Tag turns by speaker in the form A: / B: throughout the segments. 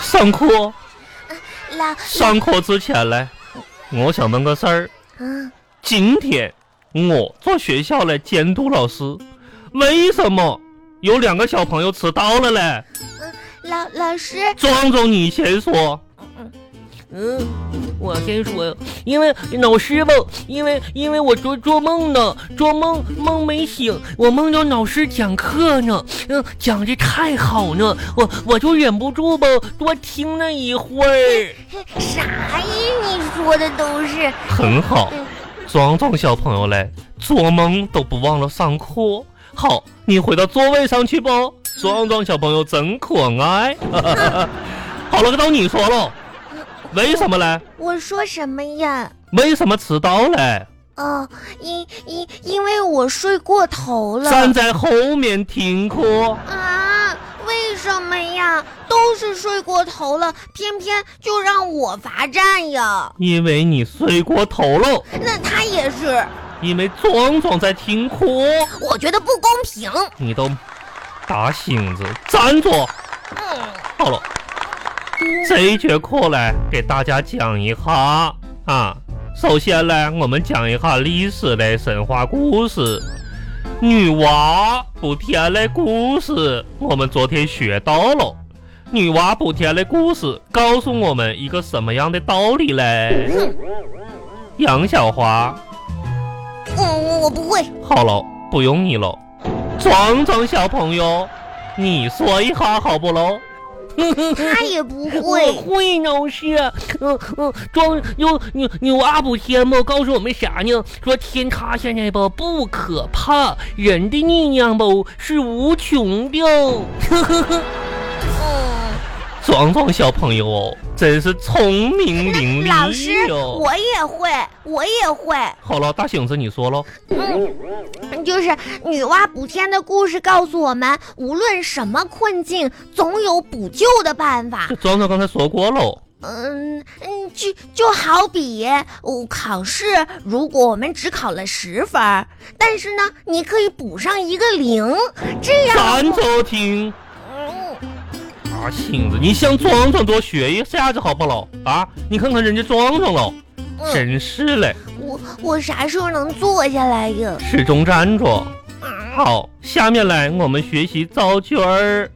A: 上课，
B: 老
A: 上课之前呢，我想问个事儿。
B: 嗯，
A: 今天我做学校来监督老师，为什么有两个小朋友迟到了嘞？
B: 老老师，
A: 壮壮，你先说。
C: 嗯，我先说呀，因为老师吧，因为因为我做做梦呢，做梦梦没醒，我梦到老师讲课呢，嗯，讲的太好呢，我我就忍不住吧，多听了一会儿。
B: 啥呀？你说的都是
A: 很好
B: 嗯，
A: 壮壮小朋友嘞，做梦都不忘了上课。好，你回到座位上去吧。壮壮小朋友真可爱。 好了，该到你说了，为什么嘞？
B: 我说什么呀？
A: 为什么迟到嘞？
B: 哦，因因因为我睡过头了。
A: 站在后面听课，
B: 啊？为什么呀？都是睡过头了，偏偏就让我罚站呀？
A: 因为你睡过头喽，
B: 那他也是，
A: 因为壮壮在听课，
B: 我觉得不公平。
A: 你都打醒子站住。
B: 嗯，
A: 好了，这一节课呢，给大家讲一下啊。首先呢，我们讲一下历史的神话故事，女娲补天的故事。我们昨天学到了，女娲补天的故事告诉我们一个什么样的道理嘞？杨小花，
B: 我我我不会。
A: 好了，不用你了。壮壮小朋友，你说一下好不喽？
B: 他也不
C: 我
B: 会。
C: 会老师，嗯嗯，装有牛牛阿补天吧，告诉我们啥呢？说天塌下来吧不可怕，人的力量吧是无穷的。
B: 嗯，
A: 壮壮小朋友哦，真是聪明伶俐哟。哦
B: 嗯老师，我也会，我也会。
A: 好了，大醒子，你说喽。
B: 就是女娲补天的故事告诉我们，无论什么困境，总有补救的办法
A: 这。壮壮刚才说过喽，
B: 嗯嗯，就就好比哦，考试，如果我们只考了十分儿，但是呢，你可以补上一个零，这样
A: 咱就听
B: 嗯
A: 大醒子，你向壮壮多学一下子好不好？啊，你看看人家壮壮喽，
B: 嗯，
A: 真是嘞，
B: 我我啥时候能坐下来呀？
A: 始终站着。好，下面来我们学习造句儿。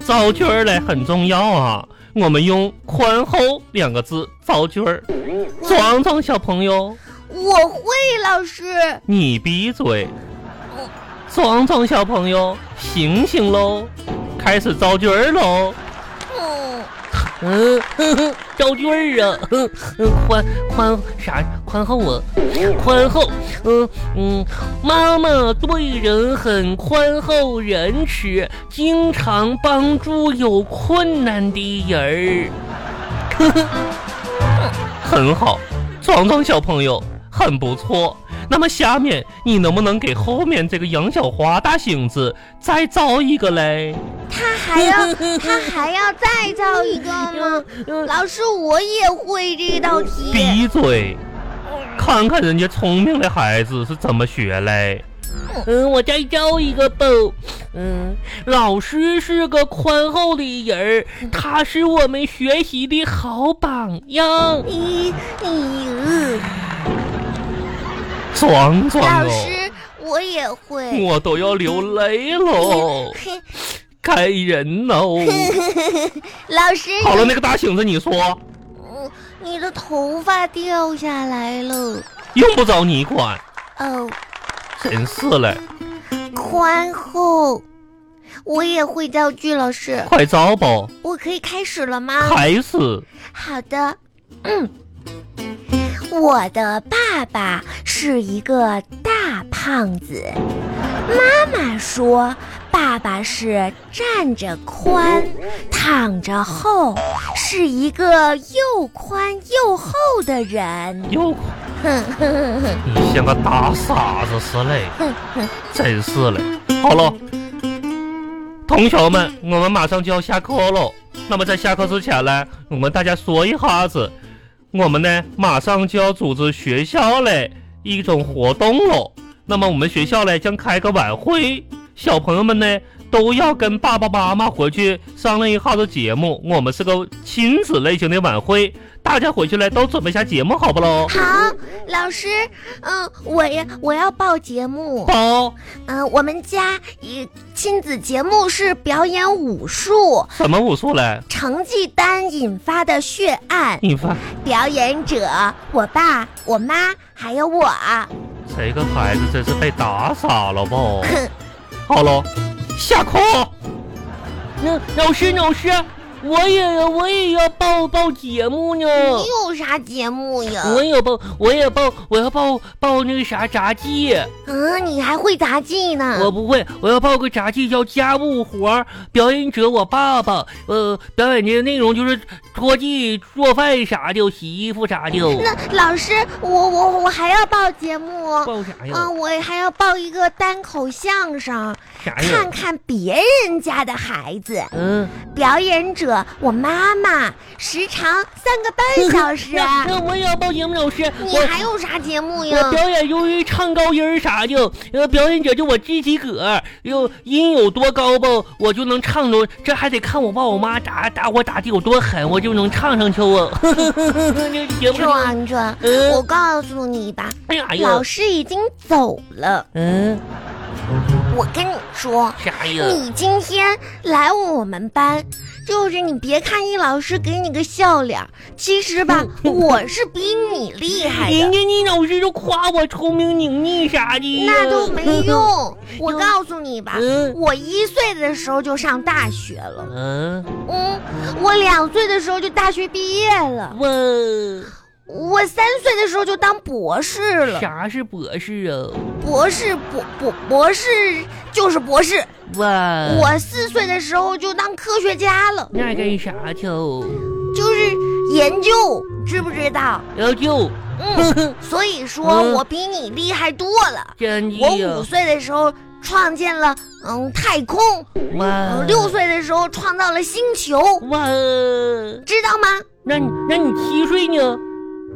A: 造句儿嘞很重要啊，我们用“宽厚”两个字造句儿。壮壮小朋友，
B: 我会，老师，
A: 你闭嘴！壮壮小朋友，醒醒喽，开始造句儿喽！
B: 嗯，
C: 嗯，呵呵，赵军儿啊，嗯嗯，宽宽啥宽厚啊，宽厚，嗯嗯，妈妈对人很宽厚仁慈，经常帮助有困难的人
A: 很好，壮壮小朋友很不错。那么下面你能不能给后面这个杨小花大醒子再造一个嘞？
B: 他还 要
C: 儿。
B: 他还要再造一个吗？老师，我也会这道题。
A: 闭嘴！看看人家聪明的孩子是怎么学嘞。
C: 嗯，我再招一个吧。嗯，老师是个宽厚的人儿，他是我们学习的好榜样。
B: 咦咦，
A: 壮壮
B: 老
A: 哦，
B: 师，我也会。
A: 我都要流泪 喽，
B: 嘿
A: 该人 喽。
B: 老师，
A: 好了，那个大醒子，你说
B: 嗯你的头发掉下来了。
A: 用不着你管，
B: 哦，
A: 真是嘞，
B: 宽厚，我也会造句，老师，
A: 快找吧，
B: 我可以开始了吗？
A: 开始。
B: 好的，嗯，我的爸爸是一个大胖子，妈妈说爸爸是站着宽，躺着厚，是一个又宽又厚的人。
A: 哟，
B: 哼哼哼哼，
A: 你像个大傻子似的，真是嘞。好了，同学们，我们马上就要下课喽。那么在下课之前呢，我们大家说一下子，我们呢马上就要组织学校嘞一种活动喽。那么我们学校嘞将开个晚会，小朋友们呢都要跟爸爸妈妈回去商量一下的节目。我们是个亲子类型的晚会，大家回去来都准备一下节目，好不喽？
B: 好，老师，嗯，我呀，我要报节目。
A: 包
B: 嗯、我们家呃亲子节目是表演武术，
A: 什么武术嘞？
B: 成绩单引发的血案。
A: 你发
B: 表演者，我爸、我妈还有我。
A: 这个孩子真是被打傻 了吧？
B: 哼，
A: 好喽，下课。
C: 那老师老师，我也我也要报报节目呢。
B: 你有啥节目呀？
C: 我也报，我也报，我要报报那个啥杂技，
B: 嗯，你还会杂技呢？
C: 我不会，我要报个杂技叫家务活儿，表演者我爸爸，呃，表演的内容就是拖地、做饭啥的，洗衣服啥的。
B: 那老师，我我我还要报节目，
C: 报啥
B: 嗯、
C: 呀？
B: 我还要报一个单口相声，
C: 啥
B: 看
C: 呀？
B: 看别人家的孩子。
C: 嗯，
B: 表演者，我妈妈，时长三个半小时。
C: 那那 我也要报节目，老师，
B: 啊你
C: 我
B: 还有啥节目呀
C: 我？表演由于唱高音儿啥的，呃，表演者就我自己个儿，又音有多高吧，我就能唱着。这还得看我爸我妈打打我打的有多狠，我就 能唱上去哦。这节目就，
B: 壮壮，
C: 嗯
B: 我告诉你吧，
C: 哎呀哎呀
B: 老，师已经走了。
C: 嗯，
B: 我跟你说，
C: 啥呀？
B: 你今天来我们班，就是你别看易老师给你个笑脸儿，其实 吧，我是比你厉害
C: 人
B: 的，
C: 家你老师都夸我聪明伶俐啥的，
B: 那都没。 用。我告诉你吧，
C: 嗯
B: 我一岁的时候就上大学了，
C: 嗯，
B: 嗯，我两岁的时候就大学毕业了，
C: 我
B: 我三岁的时候就当博士了，
C: 啥是博士啊？
B: 博士博博博士就是博士，
C: 我我
B: 我四岁的时候就当科学家了，
C: 那干啥去哦？
B: 就是研究，知不知道？
C: 要就
B: 嗯， 所以说
C: 嗯
B: 我比你厉害多了。
C: 真的呀
B: 我五岁的时候创建了嗯太空，
C: 哇
B: 嗯六岁的时候创造了星球，
C: 哇，
B: 知道吗？
C: 那你那你七岁呢？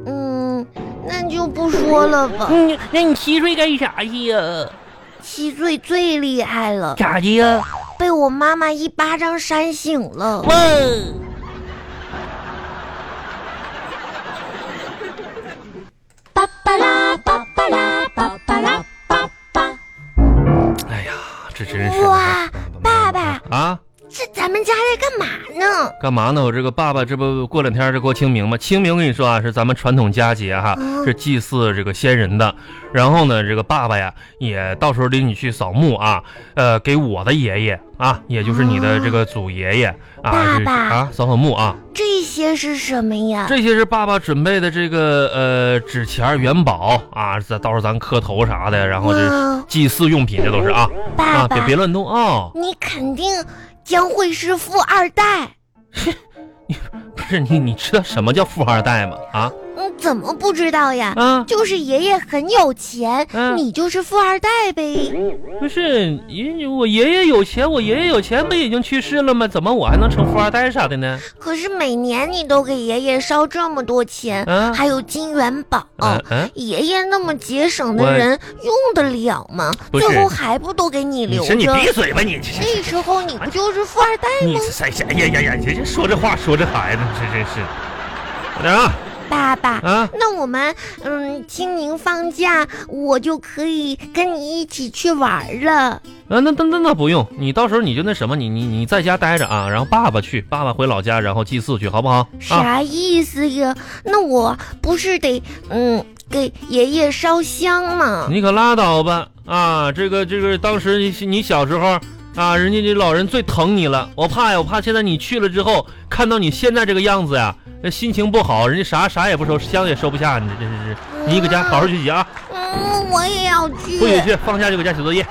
B: 嗯，那就不说了吧。
C: 嗯，那你七岁干啥去呀？
B: 七岁最厉害了，
C: 咋的呀？
B: 被我妈妈一巴掌扇醒了。
C: 哇，
B: 巴巴拉巴巴拉巴巴拉巴巴。
A: 哎呀，这真是的
B: 哇，爸爸，
A: 啊！
B: 这咱们家在干嘛呢？
A: 干嘛呢？我这个爸爸，这不过两天这过清明嘛？清明跟你说啊，是咱们传统佳节哈，
B: 嗯
A: 是祭祀这个先人的。然后呢，这个爸爸呀，也到时候领你去扫墓啊，呃，给我的爷爷啊，也就是你的这个祖爷爷啊，
B: 爸
A: 是
B: 爸
A: 啊，扫扫墓啊。
B: 这些是什么呀？
A: 这些是爸爸准备的这个呃纸钱儿、元宝啊，咱到时候咱磕头啥的，然后这
B: 哇，
A: 祭祀用品，这都是啊
B: 嗯爸
A: 啊，
B: 爸
A: 别，别乱动啊。
B: 你肯定将会是富二代。
A: 不是你，你知道什么叫富二代吗？啊
B: 嗯，怎么不知道呀？
A: 啊，
B: 就是爷爷很有钱，
A: 嗯
B: 你就是富二代呗。
A: 不是，爷我爷爷有钱，我爷爷有钱不已经去世了吗？怎么我还能成富二代啥的呢？
B: 可是每年你都给爷爷烧这么多钱，
A: 嗯
B: 还有金元宝。哦
A: 嗯嗯，
B: 爷爷那么节省的
A: 我
B: 人，用得了吗？
A: 不是
B: 最后还不都给你
A: 你
B: 留
A: 是你
B: 着？
A: 闭嘴吧你！这这
B: 那时候你不就是富二代
A: 你
B: 吗？
A: 这谁哎呀呀呀！这这说这话说这孩子，这真是。快点啊
B: 爸爸，
A: 啊！
B: 那我们嗯，清明放假，我就可以跟你一起去玩了。
A: 啊，那那那那不用，你到时候你就那什么，你你你在家待着啊，然后爸爸去，爸爸回老家，然后祭祀去，好不好？啊，
B: 啥意思呀？那我不是得嗯给爷爷烧香吗？
A: 啊你可拉倒吧！啊，这个这个，当时你你小时候啊，人家这老人最疼你了，我怕呀，我怕现在你去了之后，看到你现在这个样子呀，那心情不好，人家啥啥也不收，香也收不下，你这真是，你搁家好好学习啊，
B: 嗯，我也要
A: 不许
B: 去。
A: 去，放假就搁家写作业